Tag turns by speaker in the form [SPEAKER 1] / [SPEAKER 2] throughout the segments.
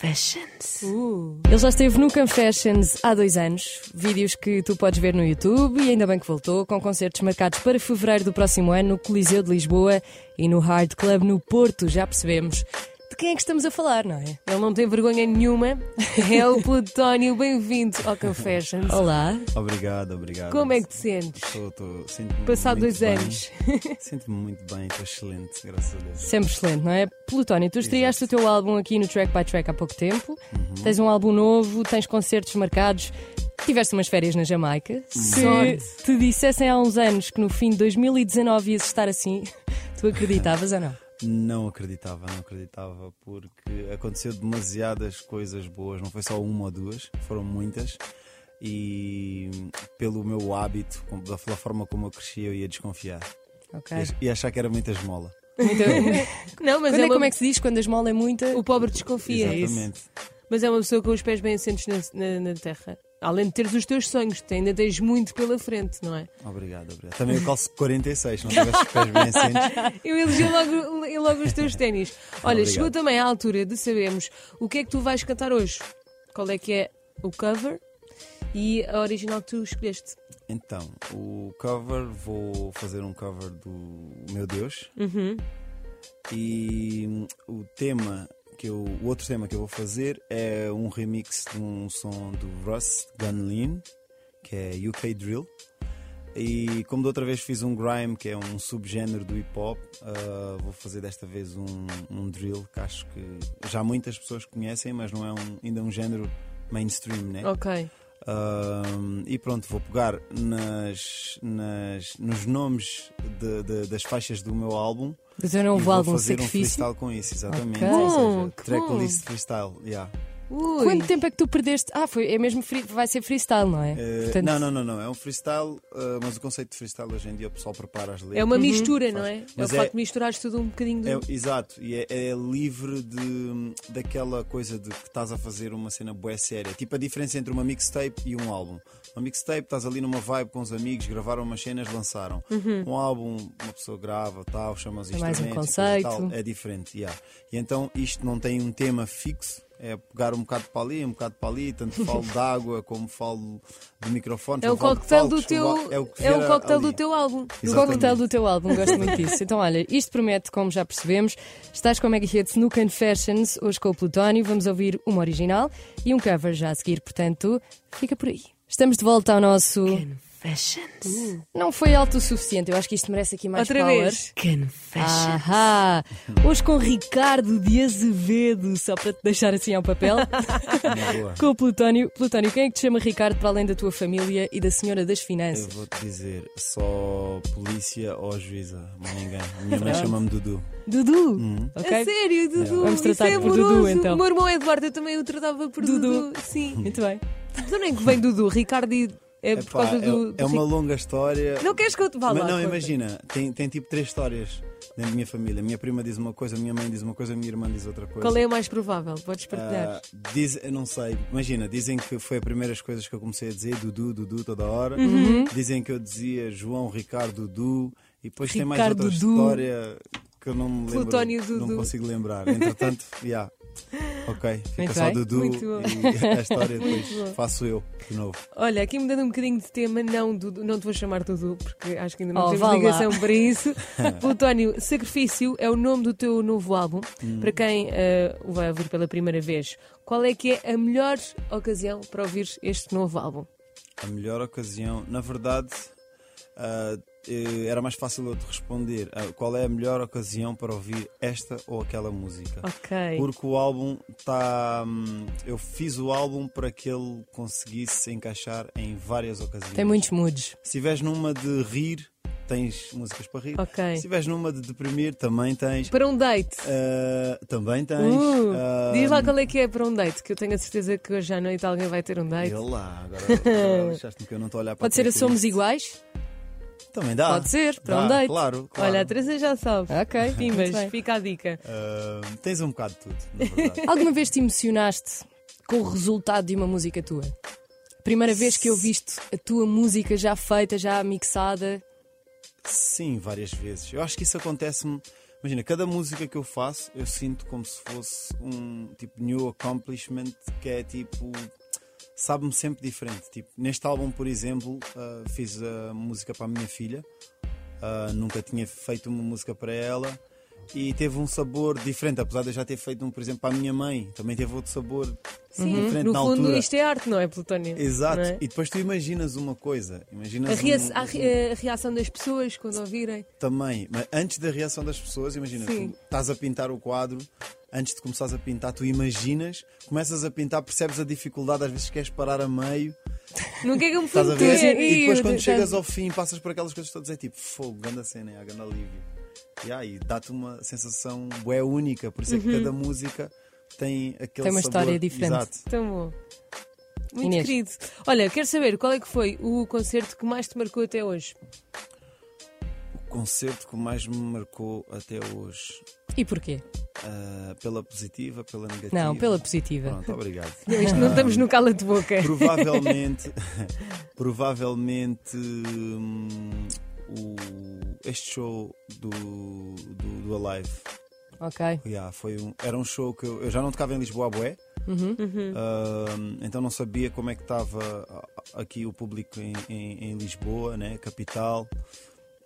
[SPEAKER 1] Confessions.
[SPEAKER 2] Ele já esteve no Confessions há dois anos. Vídeos que tu podes ver no YouTube e ainda bem que voltou, com concertos marcados para fevereiro do próximo ano no Coliseu de Lisboa e no Hard Club no Porto. Já percebemos de quem é que estamos a falar, não é?
[SPEAKER 1] Ele não tem vergonha nenhuma. É o Plutónio. Bem-vindo ao Confessions.
[SPEAKER 2] Olá,
[SPEAKER 3] Obrigado, obrigado.
[SPEAKER 1] Como é que te sentes?
[SPEAKER 3] Estou, estou, sinto-me
[SPEAKER 1] Passado
[SPEAKER 3] muito
[SPEAKER 1] dois
[SPEAKER 3] bem.
[SPEAKER 1] anos.
[SPEAKER 3] Sinto-me muito bem, estou excelente, graças a Deus.
[SPEAKER 2] sempre excelente, não é? Plutónio, tu estreaste o teu álbum aqui no Track by Track há pouco tempo.
[SPEAKER 3] Uhum.
[SPEAKER 2] Tens um álbum novo, tens concertos marcados. Tiveste umas férias na Jamaica. Se
[SPEAKER 1] Sorte.
[SPEAKER 2] te dissessem há uns anos que no fim de 2019 ias estar assim, tu acreditavas ou não?
[SPEAKER 3] Não acreditava, não acreditava, porque aconteceu demasiadas coisas boas, não foi só uma ou duas, foram muitas. E pelo meu hábito, com- da pela forma como eu cresci, eu ia desconfiar.
[SPEAKER 2] Ok.
[SPEAKER 3] Ia- Ia achar que era muita esmola.
[SPEAKER 1] Não, mas
[SPEAKER 2] Quando
[SPEAKER 1] é,
[SPEAKER 2] é,
[SPEAKER 1] uma-
[SPEAKER 2] como é que se diz quando a esmola é muita?
[SPEAKER 1] o pobre desconfia.
[SPEAKER 3] Exatamente.
[SPEAKER 1] Mas é uma pessoa com os pés bem assentes na, na- na terra. Além de teres os teus sonhos, te- ainda tens muito pela frente, não é?
[SPEAKER 3] Obrigado, obrigado. Também eu calço 46, não tivesse os pés bem assentes.
[SPEAKER 1] Eu elogio logo, eu logo os teus ténis. Olha,
[SPEAKER 3] Obrigado.
[SPEAKER 1] chegou também à altura de sabermos o que é que tu vais cantar hoje. Qual é que é o cover e a original que tu escolheste.
[SPEAKER 3] Então, o cover, vou fazer um cover do Meu Deus. E hum, o tema que eu, o outro tema que eu vou fazer é um remix de um som do Russ Gunlin, que é UK Drill. E como da outra vez fiz um grime, que é um subgénero do hip hop, ah, vou fazer desta vez um, um drill que acho que já muitas pessoas conhecem, mas não é um- ainda um género mainstream, né?
[SPEAKER 1] Ok.
[SPEAKER 3] Ahm, e pronto, vou pegar nas, nas- nos nomes de- de- das faixas do meu álbum.
[SPEAKER 2] Mas
[SPEAKER 1] É
[SPEAKER 2] eu não
[SPEAKER 3] e
[SPEAKER 1] um
[SPEAKER 2] houve
[SPEAKER 3] vou
[SPEAKER 2] álbum
[SPEAKER 3] fazer
[SPEAKER 2] sacrifício.
[SPEAKER 3] um freestyle com isso, exatamente.
[SPEAKER 2] Ok.
[SPEAKER 3] Ou seja,
[SPEAKER 1] Bom, que
[SPEAKER 3] tracklist freestyle. yeah.
[SPEAKER 1] Ui.
[SPEAKER 2] Quanto tempo é que tu perdeste? Ah, foi, é mesmo free- vai ser freestyle, não é?
[SPEAKER 3] Eh,
[SPEAKER 2] Portanto,
[SPEAKER 3] não, não, não, não. É um freestyle, ah, mas o conceito de freestyle hoje em dia o pessoal prepara as letras.
[SPEAKER 1] É uma mistura, não
[SPEAKER 3] Faz.
[SPEAKER 1] é? É o
[SPEAKER 3] Mas
[SPEAKER 1] facto
[SPEAKER 3] é-
[SPEAKER 1] de misturares tudo um bocadinho do.
[SPEAKER 3] É, exato, e é, é livre de, daquela coisa de que estás a fazer uma cena bué séria. Tipo a diferença entre uma mixtape e um álbum. Uma mixtape, estás ali numa vibe com os amigos, gravaram umas cenas, lançaram.
[SPEAKER 1] Uhum.
[SPEAKER 3] Um álbum, uma pessoa grava, tal, chama os
[SPEAKER 2] É mais um
[SPEAKER 3] instrumentos, coisa e tal.
[SPEAKER 2] conceito.
[SPEAKER 3] É diferente, yeah. E então isto não tem um tema fixo. É pegar um bocado para ali, um bocado para ali, tanto falo de água como falo de microfone.
[SPEAKER 1] É o coquetel do teu.
[SPEAKER 3] É o, que
[SPEAKER 1] É o
[SPEAKER 3] vier
[SPEAKER 1] coquetel
[SPEAKER 3] ali.
[SPEAKER 1] do teu álbum.
[SPEAKER 2] O
[SPEAKER 3] Exatamente.
[SPEAKER 2] coquetel do teu álbum, gosto muito disso. Então, olha, isto promete, como já percebemos, estás com a Mega Hits no Confessions, hoje com o Plutónio. Vamos ouvir uma original e um cover já a seguir, portanto, fica por aí. Estamos de volta ao nosso.
[SPEAKER 1] Uh.
[SPEAKER 2] Não foi alto o suficiente, eu acho que isto merece aqui mais
[SPEAKER 1] Outra
[SPEAKER 2] power.
[SPEAKER 1] vez.
[SPEAKER 4] Confession.
[SPEAKER 2] Ahá! Hoje com Ricardo de Azevedo, só para te deixar assim ao papel.
[SPEAKER 3] Na boa.
[SPEAKER 2] Com o Plutónio. Plutónio, quem é que te chama Ricardo para além da tua família e da senhora das
[SPEAKER 3] Eu
[SPEAKER 2] finanças?
[SPEAKER 3] vou te dizer, só polícia ou juíza, mais ninguém. A Minha mãe chama-me Dudu.
[SPEAKER 2] Dudu!
[SPEAKER 1] A
[SPEAKER 3] Hum.
[SPEAKER 2] Ok?
[SPEAKER 1] sério, Dudu.
[SPEAKER 2] Vamos
[SPEAKER 1] isso
[SPEAKER 2] tratar
[SPEAKER 1] é
[SPEAKER 2] por Dudu,
[SPEAKER 1] amoroso.
[SPEAKER 2] então.
[SPEAKER 1] O meu irmão Eduardo, eu também o tratava por Dudu.
[SPEAKER 2] Dudu.
[SPEAKER 1] Sim.
[SPEAKER 2] Muito bem.
[SPEAKER 1] De onde é que vem Dudu? Ricardo e- é por
[SPEAKER 3] Epá,
[SPEAKER 1] causa
[SPEAKER 3] é-
[SPEAKER 1] do.
[SPEAKER 3] é,
[SPEAKER 1] do
[SPEAKER 3] uma
[SPEAKER 1] Ric-
[SPEAKER 3] longa história.
[SPEAKER 1] Não queres que eu te vá
[SPEAKER 3] Mas
[SPEAKER 1] lá?
[SPEAKER 3] não,
[SPEAKER 1] conta.
[SPEAKER 3] imagina, tem, tem tipo três histórias na minha família. Minha prima diz uma coisa, minha mãe diz uma coisa, minha irmã diz outra coisa.
[SPEAKER 1] Qual é a mais provável? Podes partilhar.
[SPEAKER 3] Ah, diz, eu não sei, imagina, dizem que foi as primeiras coisas que eu comecei a dizer, Dudu, Dudu, toda hora.
[SPEAKER 1] Uhum.
[SPEAKER 3] Dizem que eu dizia João, Ricardo, Dudu. E depois tem mais
[SPEAKER 2] Ricardo,
[SPEAKER 3] outra
[SPEAKER 2] Dudu.
[SPEAKER 3] história que eu não me lembro.
[SPEAKER 1] Plutónio,
[SPEAKER 3] Não
[SPEAKER 1] Dudu.
[SPEAKER 3] consigo lembrar. Entretanto, yeah. ok, fica
[SPEAKER 2] Muito
[SPEAKER 3] só
[SPEAKER 2] bem.
[SPEAKER 3] Dudu
[SPEAKER 1] Muito bom.
[SPEAKER 3] e a história
[SPEAKER 1] Muito bom.
[SPEAKER 3] depois faço eu de novo.
[SPEAKER 1] Olha, aqui mudando um bocadinho de tema, não, Dudu, não te vou chamar Dudu, porque acho que ainda não
[SPEAKER 2] Oh,
[SPEAKER 1] temos
[SPEAKER 2] vá lá.
[SPEAKER 1] ligação para isso. Plutónio, Sacrifício é o nome do teu novo álbum.
[SPEAKER 3] Hum.
[SPEAKER 1] Para quem eh, o vai ouvir pela primeira vez, qual é que é a melhor ocasião para ouvir este novo álbum?
[SPEAKER 3] A melhor ocasião, na verdade, ah, eh, era mais fácil eu te responder ah, qual é a melhor ocasião para ouvir esta ou aquela música.
[SPEAKER 2] É
[SPEAKER 1] Ok.
[SPEAKER 3] Porque o álbum está. hum, Eu fiz o álbum para que ele conseguisse se encaixar em várias ocasiões.
[SPEAKER 2] Tem muitos moods.
[SPEAKER 3] Se estiveres numa de rir, tens músicas para rir.
[SPEAKER 1] Ok.
[SPEAKER 3] Se estiveres numa de deprimir, também tens.
[SPEAKER 1] Para um date.
[SPEAKER 3] Ah, também tens.
[SPEAKER 1] Uh,
[SPEAKER 3] Ah,
[SPEAKER 1] diz lá qual é que é para um date, que eu tenho a certeza que hoje à noite alguém vai ter um date.
[SPEAKER 3] e lá, agora, agora achaste-me que eu não estou a olhar para
[SPEAKER 2] Pode
[SPEAKER 3] a
[SPEAKER 2] ser assim. a
[SPEAKER 3] tua
[SPEAKER 2] Somos Iguais?
[SPEAKER 3] coluna. Também dá.
[SPEAKER 2] Pode ser, para um
[SPEAKER 3] Dá,
[SPEAKER 2] date.
[SPEAKER 3] Claro, claro.
[SPEAKER 1] Olha, a Teresa já sabe.
[SPEAKER 2] Ok, muito
[SPEAKER 1] Pimbas,
[SPEAKER 2] bem.
[SPEAKER 1] fica a dica.
[SPEAKER 3] Ah, tens um bocado de tudo, na verdade.
[SPEAKER 2] Alguma vez te emocionaste com o resultado de uma música tua? Primeira vez que ouviste a tua música já feita, já mixada?
[SPEAKER 3] Sim, várias vezes. Eu acho que isso acontece-me Imagina, cada música que eu faço eu sinto como se fosse um tipo new accomplishment que é tipo. Sabe-me sempre diferente. Tipo, neste álbum, por exemplo, ah, fiz a música para a minha filha. Ah, nunca tinha feito uma música para ela e teve um sabor diferente. Apesar de eu já ter feito um, por exemplo, para a minha mãe, também teve outro sabor diferente
[SPEAKER 1] Uhum. No
[SPEAKER 3] na
[SPEAKER 1] fundo,
[SPEAKER 3] altura.
[SPEAKER 1] isto é arte, não é, Plutónio?
[SPEAKER 3] Exato.
[SPEAKER 1] Não é?
[SPEAKER 3] E depois tu imaginas uma coisa, imaginas
[SPEAKER 1] A, rea-
[SPEAKER 3] um-
[SPEAKER 1] a re- É a reação das pessoas quando ouvirem.
[SPEAKER 3] também, mas antes da reação das pessoas, imagina,
[SPEAKER 1] Sim.
[SPEAKER 3] tu estás a pintar o quadro, antes de começares a pintar, tu imaginas, começas a pintar, percebes a dificuldade, às vezes queres parar a meio,
[SPEAKER 1] No que é que eu me fui
[SPEAKER 3] estás a ver?
[SPEAKER 1] meter?
[SPEAKER 3] E depois
[SPEAKER 1] Ih,
[SPEAKER 3] quando
[SPEAKER 1] eu-
[SPEAKER 3] chegas ao fim, passas por aquelas coisas todas, é tipo, fogo, ganda cena, é a ganda alívio. E aí, dá-te uma sensação bué única, por isso é que cada música tem aquele
[SPEAKER 2] Uhum. Tem uma
[SPEAKER 3] sabor.
[SPEAKER 2] história diferente.
[SPEAKER 3] Exato.
[SPEAKER 1] Tão bom. Muito
[SPEAKER 2] Inês.
[SPEAKER 1] querido. Olha, quero saber qual é que foi o concerto que mais te marcou até hoje?
[SPEAKER 3] O concerto que mais me marcou até hoje,
[SPEAKER 2] E porquê?
[SPEAKER 3] ah, pela positiva, pela negativa?
[SPEAKER 2] Não, pela positiva.
[SPEAKER 3] Pronto, obrigado.
[SPEAKER 1] Não, isto não estamos no cala de boca.
[SPEAKER 3] provavelmente provavelmente hum, o, este show do, do, do Alive
[SPEAKER 2] Ok. É
[SPEAKER 3] yeah, foi um, era um show que eu, eu já não tocava em Lisboa Boé
[SPEAKER 2] Uhum.
[SPEAKER 3] então não sabia como é que estava a- aqui o público em, em- em Lisboa né capital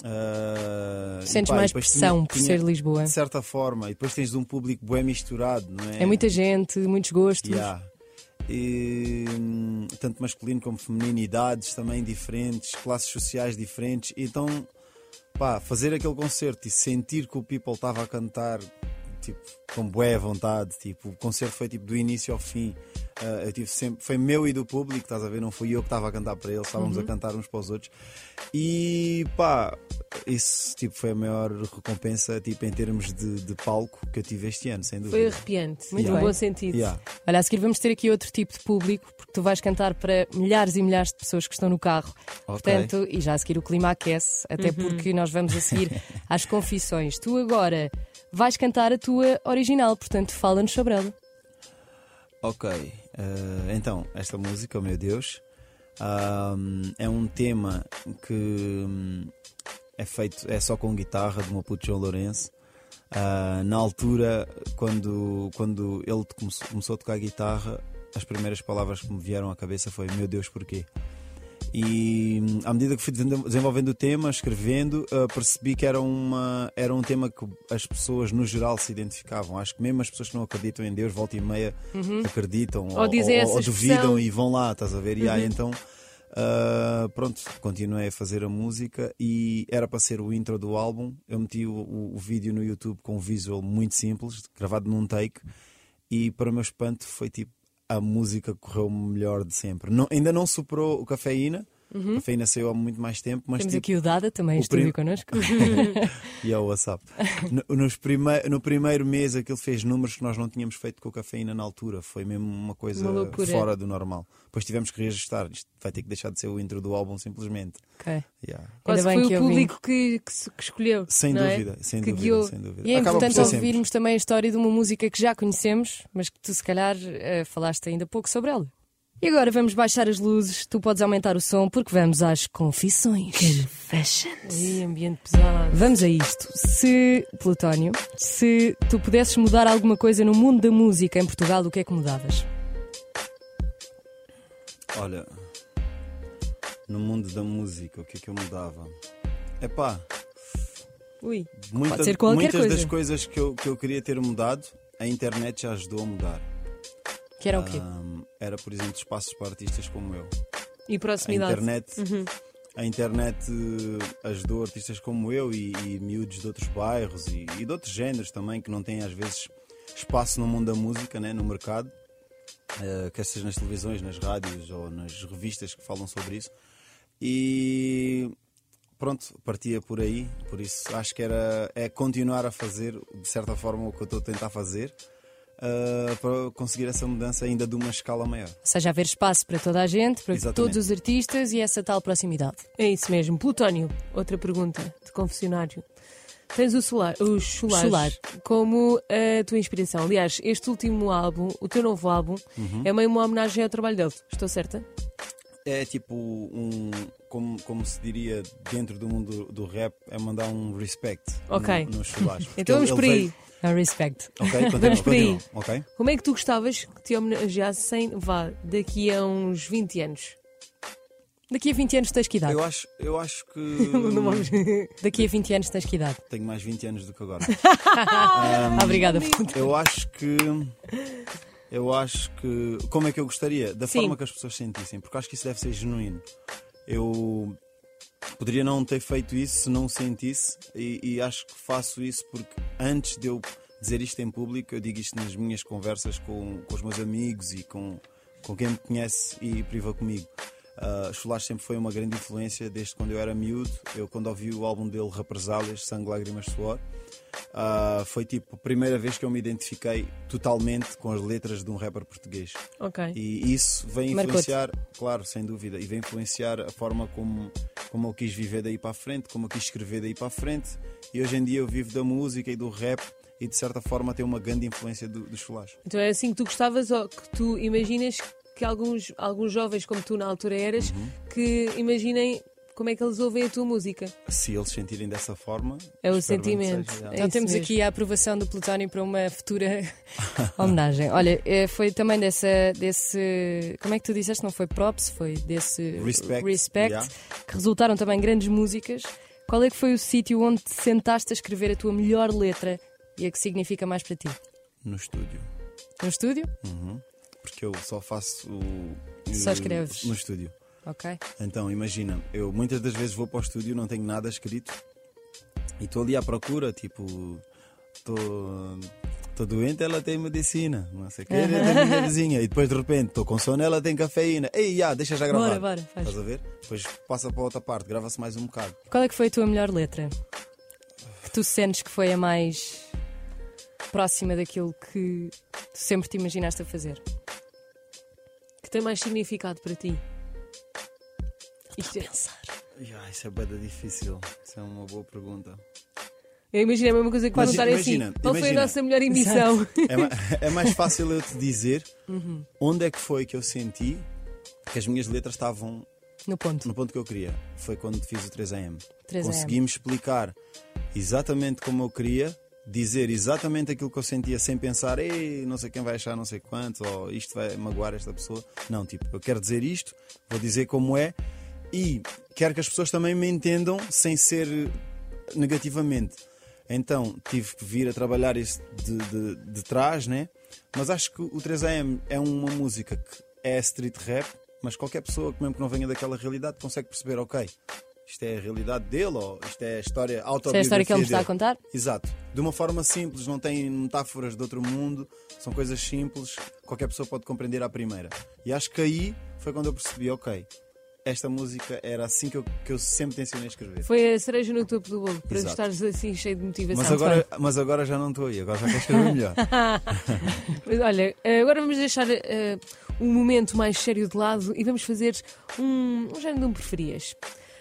[SPEAKER 3] Ah, e
[SPEAKER 2] Sentes
[SPEAKER 3] pá, e
[SPEAKER 2] mais
[SPEAKER 3] depois
[SPEAKER 2] pressão
[SPEAKER 3] tinha-
[SPEAKER 2] por
[SPEAKER 3] tinha-
[SPEAKER 2] ser de Lisboa.
[SPEAKER 3] de certa forma e depois tens um público bué misturado não é
[SPEAKER 2] É muita gente, muitos gostos.
[SPEAKER 3] Yeah. E, hum, tanto masculino como feminino, idades também diferentes, classes sociais diferentes. Então, pá, fazer aquele concerto e sentir que o people estava a cantar tipo, com boa vontade, tipo, o concerto foi tipo do início ao fim. Ah, eu tive sempre, foi meu e do público, estás a ver? Não fui eu que estava a cantar para eles, estávamos a cantar uns para os outros. E pá, isso tipo, foi a maior recompensa tipo, em termos de, de palco que eu tive este ano, sem
[SPEAKER 1] Foi
[SPEAKER 3] dúvida.
[SPEAKER 1] arrepiante,
[SPEAKER 2] Muito
[SPEAKER 1] no
[SPEAKER 2] bem.
[SPEAKER 1] bom sentido.
[SPEAKER 3] Yeah.
[SPEAKER 2] Olha, a seguir vamos ter aqui outro tipo de público, porque tu vais cantar para milhares e milhares de pessoas que estão no carro. Portanto, e já a seguir o clima aquece, até porque nós vamos a seguir às confissões. Tu agora vais cantar a tua original, portanto, fala-nos sobre ela.
[SPEAKER 3] Ok, eh, então, esta música, oh meu Deus, ahm, é um tema que hum, é feito é só com guitarra do Maputo João Lourenço. Ah, na altura, quando, quando ele te começou, começou a tocar guitarra, as primeiras palavras que me vieram à cabeça foi Meu Deus, porquê? E hum, à medida que fui desen- desenvolvendo o tema, escrevendo, ah, percebi que era, uma, era um tema que as pessoas no geral se identificavam. Acho que mesmo as pessoas que não acreditam em Deus, volta e meia, acreditam ou,
[SPEAKER 1] Uhum. dizem
[SPEAKER 3] ou-
[SPEAKER 1] essa
[SPEAKER 3] ou
[SPEAKER 1] expressão.
[SPEAKER 3] duvidam e vão lá, estás a ver? E aí então, ah, pronto, continuei a fazer a música e era para ser o intro do álbum. Eu meti o, o- o vídeo no YouTube com um visual muito simples, gravado num take, e para o meu espanto foi tipo a música que correu melhor de sempre. Não- ainda não superou o cafeína. A cafeína saiu há muito mais tempo, mas
[SPEAKER 2] Temos
[SPEAKER 3] tipo,
[SPEAKER 2] aqui o Dada também em
[SPEAKER 3] o Uhum.
[SPEAKER 2] estúdio
[SPEAKER 3] prim-
[SPEAKER 2] connosco.
[SPEAKER 3] e ao WhatsApp. No, nos prime- no primeiro mês aquilo fez números que nós não tínhamos feito com a cafeína na altura. Foi mesmo uma coisa
[SPEAKER 1] Uma loucura.
[SPEAKER 3] fora do normal. Depois tivemos que reajustar. Isto vai ter que deixar de ser o intro do álbum simplesmente.
[SPEAKER 2] Ok.
[SPEAKER 3] Yeah.
[SPEAKER 1] Quase
[SPEAKER 2] bem
[SPEAKER 1] foi
[SPEAKER 2] que
[SPEAKER 1] o
[SPEAKER 2] eu vim.
[SPEAKER 1] público que, que se- que escolheu.
[SPEAKER 3] Sem
[SPEAKER 1] não é?
[SPEAKER 3] dúvida, sem
[SPEAKER 1] Que
[SPEAKER 3] dúvida,
[SPEAKER 1] guiou.
[SPEAKER 3] sem dúvida.
[SPEAKER 2] E é
[SPEAKER 3] Acaba por
[SPEAKER 2] importante
[SPEAKER 3] ser sempre.
[SPEAKER 2] ouvirmos também a história de uma música que já conhecemos, mas que tu, se calhar, eh, falaste ainda pouco sobre ela. E agora vamos baixar as luzes, tu podes aumentar o som, porque vamos às confissões.
[SPEAKER 1] Ih, ambiente pesado.
[SPEAKER 2] Vamos a isto. Se, Plutónio, se tu pudesses mudar alguma coisa no mundo da música em Portugal, o que é que mudavas?
[SPEAKER 3] Olha, no mundo da música, o que é que eu mudava? Epá,
[SPEAKER 1] Ui,
[SPEAKER 3] muita,
[SPEAKER 2] ser qualquer
[SPEAKER 3] muitas
[SPEAKER 2] coisa.
[SPEAKER 3] das coisas que eu, que eu queria ter mudado, a internet já ajudou a mudar.
[SPEAKER 2] Que era o quê?
[SPEAKER 3] Ahm, era, por exemplo, espaços para artistas como eu.
[SPEAKER 1] e
[SPEAKER 3] a
[SPEAKER 1] proximidade.
[SPEAKER 3] internet, a internet eh, ajudou artistas como eu e, e miúdos de outros bairros e, e de outros géneros também que não têm às vezes espaço no mundo da música, né, no mercado, eh, quer seja nas televisões, nas rádios ou nas revistas que falam sobre isso. E pronto, partia por aí, por isso acho que era é continuar a fazer de certa forma o que eu estou a tentar fazer. eh, para conseguir essa mudança ainda de uma escala maior.
[SPEAKER 2] Ou seja, haver espaço para toda a gente, para
[SPEAKER 3] Exatamente.
[SPEAKER 2] todos os artistas e essa tal proximidade.
[SPEAKER 1] É isso mesmo. Plutónio, outra pergunta de confessionário. Tens o solar, os solares
[SPEAKER 2] Solar.
[SPEAKER 1] como a tua inspiração. Aliás, este último álbum, o teu novo álbum, é meio uma homenagem ao trabalho dele. Estou certa?
[SPEAKER 3] é tipo um. Como, como se diria dentro do mundo do rap, é mandar um respect
[SPEAKER 1] Ok.
[SPEAKER 3] no, nos chulares.
[SPEAKER 1] Então vamos por aí.
[SPEAKER 2] A respect.
[SPEAKER 3] Ok,
[SPEAKER 1] Vamos
[SPEAKER 3] continua,
[SPEAKER 1] por aí.
[SPEAKER 3] continua. Ok?
[SPEAKER 1] Como é que tu gostavas que te homenageassem, vá, daqui a uns 20 anos?
[SPEAKER 2] Daqui a 20 anos tens que idade.
[SPEAKER 3] Eu acho, eu acho que.
[SPEAKER 1] Não vamos-
[SPEAKER 2] Daqui a 20 anos tens que idade.
[SPEAKER 3] Tenho mais 20 anos do que agora. Ah,
[SPEAKER 2] Obrigada. Fonte.
[SPEAKER 3] Eu acho que. Eu acho que. Como é que eu gostaria? Da
[SPEAKER 1] Sim.
[SPEAKER 3] forma que as pessoas sentissem, porque acho que isso deve ser genuíno. Eu poderia não ter feito isso se não sentisse, e, e acho que faço isso porque antes de eu dizer isto em público, eu digo isto nas minhas conversas com, com os meus amigos e com, com quem me conhece e priva comigo. Uh, Chulares sempre foi uma grande influência desde quando eu era miúdo. Eu, quando ouvi o álbum dele, Represálias, Sangue, Lágrimas, Suor, ah, foi tipo a primeira vez que eu me identifiquei totalmente com as letras de um rapper português.
[SPEAKER 1] Ok.
[SPEAKER 3] E isso vem
[SPEAKER 2] Marcou-te.
[SPEAKER 3] influenciar, claro, sem dúvida, e vem influenciar a forma como, como eu quis viver daí para a frente, como eu quis escrever daí para a frente. E hoje em dia eu vivo da música e do rap e de certa forma tem uma grande influência do- dos chulares.
[SPEAKER 1] Então é assim que tu gostavas ou que tu imaginas que alguns, alguns jovens, como tu na altura eras, que imaginem como é que eles ouvem a tua música.
[SPEAKER 3] Se eles sentirem dessa forma,
[SPEAKER 1] É o
[SPEAKER 3] espero bem que seja,
[SPEAKER 1] sentimento.
[SPEAKER 3] assim.
[SPEAKER 1] É
[SPEAKER 3] yeah.
[SPEAKER 2] Então
[SPEAKER 1] isso
[SPEAKER 2] temos
[SPEAKER 1] mesmo.
[SPEAKER 2] aqui a aprovação do Plutónio para uma futura homenagem. Olha, eh, foi também dessa, desse. Como é que tu disseste? Não foi props, foi desse
[SPEAKER 3] Respect, yeah.
[SPEAKER 2] que resultaram também grandes músicas. Qual é que foi o sítio onde te sentaste a escrever a tua melhor letra e a que significa mais para ti?
[SPEAKER 1] É.
[SPEAKER 3] no estúdio.
[SPEAKER 2] No estúdio?
[SPEAKER 3] Porque eu só faço o-
[SPEAKER 2] Só escreves.
[SPEAKER 3] no estúdio.
[SPEAKER 2] Ok.
[SPEAKER 3] Então, imagina, eu muitas das vezes vou para o estúdio, não tenho nada escrito e estou ali à procura, tipo, estou doente, ela tem medicina, não sei o que, tem minha vizinha, e depois de repente estou com sono, ela tem cafeína, ei, já, deixa já gravar.
[SPEAKER 2] Bora, bora, faz.
[SPEAKER 3] Estás a ver? Depois passa para outra parte, grava-se mais um bocado.
[SPEAKER 2] Qual é que foi a tua melhor letra? Que tu sentes que foi a mais próxima daquilo que tu sempre te imaginaste a fazer?
[SPEAKER 1] Que tem mais significado para ti. Isto é-
[SPEAKER 3] Ya, isso é bada difícil, isso é uma boa pergunta.
[SPEAKER 1] eu imagino a mesma coisa que
[SPEAKER 3] Mas
[SPEAKER 1] perguntarem assim.
[SPEAKER 3] imagina,
[SPEAKER 1] Qual foi a
[SPEAKER 3] imagina.
[SPEAKER 1] nossa melhor emissão?
[SPEAKER 3] É, ma- é mais fácil eu te dizer
[SPEAKER 2] Uhum.
[SPEAKER 3] onde é que foi que eu senti que as minhas letras estavam
[SPEAKER 2] No ponto.
[SPEAKER 3] no ponto que eu queria foi quando fiz o 3AM.
[SPEAKER 2] 3 AM.
[SPEAKER 3] Consegui-me explicar exatamente como eu queria, dizer exatamente aquilo que eu sentia sem pensar, ei, não sei quem vai achar não sei quanto, ou isto vai magoar esta pessoa. Não, tipo, eu quero dizer isto, vou dizer como é e quero que as pessoas também me entendam sem ser negativamente. Então tive que vir a trabalhar isso de, de, de trás, né? Mas acho que o 3AM é uma música que é street rap, mas qualquer pessoa que mesmo que não venha daquela realidade consegue perceber, ok, isto é a realidade dele, ou isto é a história
[SPEAKER 2] Essa é a
[SPEAKER 3] autobiográfica
[SPEAKER 2] história que ele me está a
[SPEAKER 3] dele.
[SPEAKER 2] contar?
[SPEAKER 3] Exato. De uma forma simples, não tem metáforas de outro mundo, são coisas simples, qualquer pessoa pode compreender à primeira. E acho que aí foi quando eu percebi, ok, esta música era assim que eu, que eu sempre te ensinei a escrever.
[SPEAKER 1] Foi a cereja no topo do bolo, para
[SPEAKER 3] Exato.
[SPEAKER 1] estares assim cheio de motivação.
[SPEAKER 3] Mas agora, mas agora já não estou aí, agora já quero escrever melhor.
[SPEAKER 1] Mas olha, eh, agora vamos deixar eh, um momento mais sério de lado e vamos fazer um, um género de um preferias.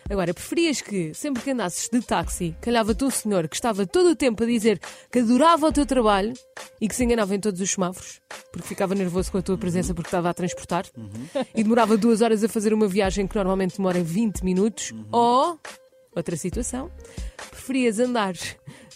[SPEAKER 1] Agora, preferias que sempre que andasses de táxi, calhava-te um senhor que estava todo o tempo a dizer que adorava o teu trabalho e que se enganava em todos os semáforos, porque ficava nervoso com a tua presença porque estava a transportar
[SPEAKER 2] Uhum.
[SPEAKER 1] e demorava duas horas a fazer uma viagem que normalmente demora 20 minutos,
[SPEAKER 2] Uhum.
[SPEAKER 1] ou, outra situação, preferias andar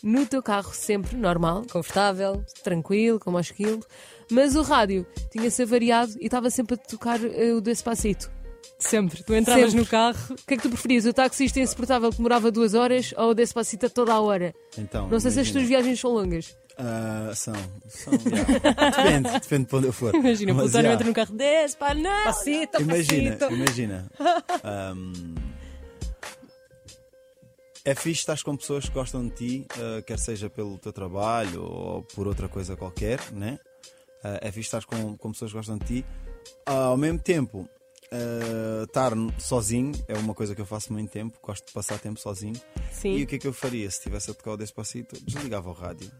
[SPEAKER 1] no teu carro sempre normal,
[SPEAKER 2] Confortável?
[SPEAKER 1] tranquilo, como aos quilos, mas o rádio tinha-se avariado e estava sempre a tocar eh, o Despacito.
[SPEAKER 2] Sempre. Tu entravas
[SPEAKER 1] Sempre.
[SPEAKER 2] no carro.
[SPEAKER 1] O que é que tu preferias? O taxista insuportável que demorava duas horas ou o Despacito a toda a hora?
[SPEAKER 3] Então,
[SPEAKER 1] Não sei se as
[SPEAKER 3] imagina.
[SPEAKER 1] tuas viagens são longas.
[SPEAKER 3] Ah, são, são, já. depende, depende para onde eu for.
[SPEAKER 2] Imagina, o
[SPEAKER 3] Mas,
[SPEAKER 2] Plutónio
[SPEAKER 3] já.
[SPEAKER 2] entra no carro 10, pá, não!
[SPEAKER 1] Despacito,
[SPEAKER 3] Imagina,
[SPEAKER 2] então.
[SPEAKER 1] Despacito.
[SPEAKER 3] imagina. Ahm, é fixe estar com pessoas que gostam de ti, ah, quer seja pelo teu trabalho ou por outra coisa qualquer, né? Ah, é fixe estar com, com pessoas que gostam de ti. Ah, ao mesmo tempo, ah, estar sozinho é uma coisa que eu faço muito tempo, gosto de passar tempo sozinho.
[SPEAKER 1] Sim.
[SPEAKER 3] E o que é que eu faria se estivesse a tocar o Despacito? Desligava o rádio.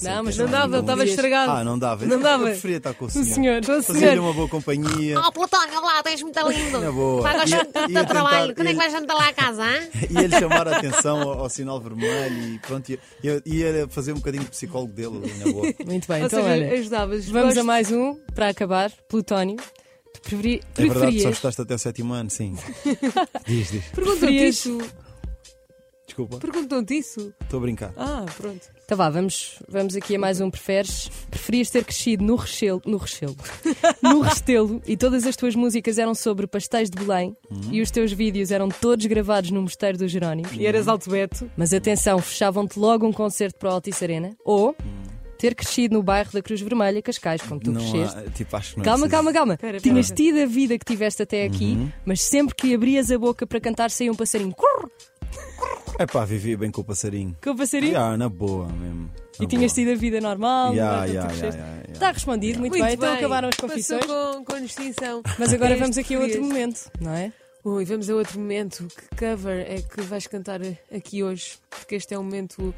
[SPEAKER 2] Não, mas
[SPEAKER 1] Não dava, ele estava
[SPEAKER 2] Podias.
[SPEAKER 1] estragado.
[SPEAKER 3] Ah, não dava.
[SPEAKER 1] Não dava.
[SPEAKER 3] Eu preferia estar com o senhor.
[SPEAKER 2] senhor, com o
[SPEAKER 3] Fazia-lhe
[SPEAKER 2] senhor.
[SPEAKER 3] uma boa companhia.
[SPEAKER 4] Oh, Plutónio, olha lá, tens muito lindo.
[SPEAKER 3] Na boa.
[SPEAKER 4] Vai gostar
[SPEAKER 3] Ia-
[SPEAKER 4] muito do teu
[SPEAKER 3] ia tentar-
[SPEAKER 4] trabalho. Quando é que
[SPEAKER 3] ia-
[SPEAKER 4] vais jantar lá a casa, hã?
[SPEAKER 3] E ele chamar a atenção ao, ao sinal vermelho e pronto, ia, ia- ia fazer um bocadinho de psicólogo dele ali na boa. É
[SPEAKER 2] Muito bem,
[SPEAKER 1] Ou
[SPEAKER 2] então
[SPEAKER 1] seja,
[SPEAKER 2] olha.
[SPEAKER 1] ajudavas.
[SPEAKER 2] Vamos
[SPEAKER 1] Gosto-
[SPEAKER 2] a mais um para acabar. Plutónio. Tu Preferi-
[SPEAKER 3] É verdade, só
[SPEAKER 2] preferias-
[SPEAKER 3] estudaste até o sétimo ano, sim. diz, diz.
[SPEAKER 1] Perguntam-te
[SPEAKER 2] Preferias-
[SPEAKER 1] isso.
[SPEAKER 3] Desculpa,
[SPEAKER 1] Perguntam-te isso.
[SPEAKER 3] estou a brincar.
[SPEAKER 1] Ah, pronto.
[SPEAKER 2] Então vá, vamos, vamos aqui a mais um preferes. Preferias ter crescido no rechelo, no rechelo, no restelo e todas as tuas músicas eram sobre pastéis de Belém e os teus vídeos eram todos gravados no Mosteiro dos Jerónimos.
[SPEAKER 1] E eras alto beto.
[SPEAKER 2] Mas atenção, fechavam-te logo um concerto para a Altice Arena ou ter crescido no bairro da Cruz Vermelha, Cascais, como tu
[SPEAKER 3] não
[SPEAKER 2] cresceste.
[SPEAKER 3] há, tipo, acho que não é
[SPEAKER 2] Calma,
[SPEAKER 3] preciso.
[SPEAKER 2] calma, calma.
[SPEAKER 1] Espera, espera.
[SPEAKER 2] Tinhas tido a vida que tiveste até aqui,
[SPEAKER 3] Uhum.
[SPEAKER 2] mas sempre que abrias a boca para cantar saía um passarinho. Corre!
[SPEAKER 3] É pá, vivia bem com o passarinho.
[SPEAKER 2] Com o passarinho.
[SPEAKER 3] Yeah, na boa mesmo.
[SPEAKER 2] E tinhas tido a vida normal.
[SPEAKER 3] Ah, Yeah,
[SPEAKER 2] não é? Quando tu
[SPEAKER 3] yeah,
[SPEAKER 2] cresceste. Tá.
[SPEAKER 3] yeah, yeah, yeah.
[SPEAKER 2] Está respondido, muito, bem. Então acabaram as
[SPEAKER 1] Passou
[SPEAKER 2] confissões.
[SPEAKER 1] Com, com distinção. É
[SPEAKER 2] Mas agora
[SPEAKER 1] Este
[SPEAKER 2] vamos aqui a outro
[SPEAKER 1] português.
[SPEAKER 2] momento, não é?
[SPEAKER 1] Ui, vamos a outro momento. Que cover é que vais cantar aqui hoje? Porque este é o momento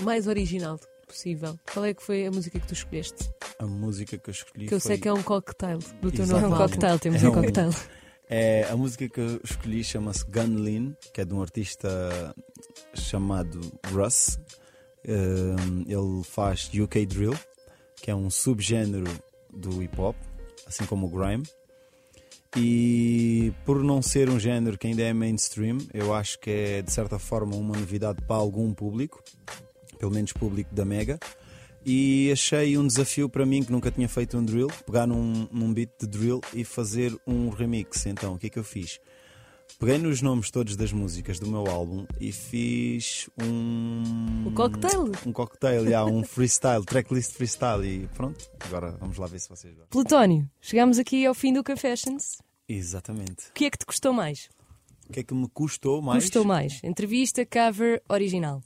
[SPEAKER 1] mais original possível. Qual é que foi a música que tu escolheste?
[SPEAKER 3] A música que eu escolhi
[SPEAKER 1] Que eu sei
[SPEAKER 3] foi-
[SPEAKER 1] que é um cocktail do teu
[SPEAKER 3] Exatamente.
[SPEAKER 2] É
[SPEAKER 1] novo
[SPEAKER 2] um
[SPEAKER 1] álbum.
[SPEAKER 2] cocktail, temos
[SPEAKER 3] É
[SPEAKER 2] um
[SPEAKER 3] um-
[SPEAKER 2] cocktail.
[SPEAKER 3] É, a música que eu escolhi chama-se Gunlin, que é de um artista chamado Russ. Ehm, ele faz UK Drill, que é um subgênero do hip hop, assim como o grime. E por não ser um género que ainda é mainstream, eu acho que é de certa forma uma novidade para algum público, pelo menos público da Mega. E achei um desafio para mim que nunca tinha feito um drill, pegar num, num beat de drill e fazer um remix. Então, o que é que eu fiz? Peguei nos nomes todos das músicas do meu álbum e fiz um.
[SPEAKER 1] O cocktail?
[SPEAKER 3] Um cocktail, yeah, um freestyle, tracklist freestyle. E pronto, agora vamos lá ver se vocês gostam.
[SPEAKER 2] Plutónio, chegamos aqui ao fim do Confessions.
[SPEAKER 3] Exatamente.
[SPEAKER 2] O que é que te custou mais?
[SPEAKER 3] O que é que me custou mais?
[SPEAKER 2] Custou mais? Entrevista, cover, original.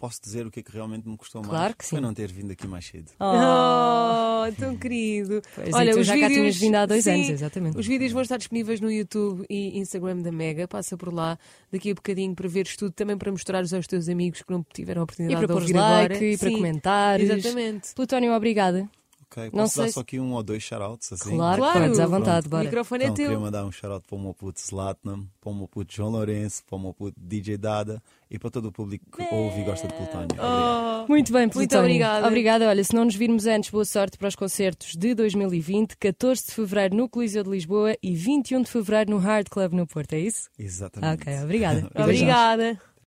[SPEAKER 3] Posso dizer o que é que realmente me custou mais?
[SPEAKER 2] Claro que
[SPEAKER 3] Foi
[SPEAKER 2] sim.
[SPEAKER 3] não ter vindo aqui mais cedo.
[SPEAKER 1] Oh, tão querido.
[SPEAKER 2] Pois é, tu já cá tinhas vindo há dois anos, exatamente.
[SPEAKER 1] Os vídeos vão estar disponíveis no YouTube e Instagram da Mega. Passa por lá daqui a bocadinho para veres tudo, também para mostrares aos teus amigos que não tiveram a
[SPEAKER 2] E
[SPEAKER 1] oportunidade
[SPEAKER 2] para
[SPEAKER 1] de
[SPEAKER 2] pôr
[SPEAKER 1] ouvir
[SPEAKER 2] like,
[SPEAKER 1] agora.
[SPEAKER 2] e para
[SPEAKER 1] Sim,
[SPEAKER 2] comentares.
[SPEAKER 1] Exatamente.
[SPEAKER 2] Plutónio, obrigada.
[SPEAKER 3] Ok, posso
[SPEAKER 2] Não
[SPEAKER 3] dar
[SPEAKER 2] sei
[SPEAKER 3] só
[SPEAKER 2] se-
[SPEAKER 3] aqui um ou dois shoutouts assim?
[SPEAKER 2] Claro,
[SPEAKER 1] Claro.
[SPEAKER 2] podes à vontade,
[SPEAKER 1] O
[SPEAKER 2] bora.
[SPEAKER 1] microfone
[SPEAKER 3] Então,
[SPEAKER 1] é teu.
[SPEAKER 3] queria mandar um shout-out para o meu puto Slatnam, para o meu puto João Lourenço, para o meu puto DJ Dada e para todo o público que ouve e gosta de Plutónio. Obrigado.
[SPEAKER 2] Muito bem, Plutónio.
[SPEAKER 1] obrigada.
[SPEAKER 2] Obrigada. Olha, se não nos virmos antes, boa sorte para os concertos de 2020, 14 de fevereiro no Coliseu de um Lisboa e 21 de fevereiro no Hard Club no Porto, é isso?
[SPEAKER 3] Exatamente. um
[SPEAKER 2] Ok, obrigada.
[SPEAKER 1] Obrigada.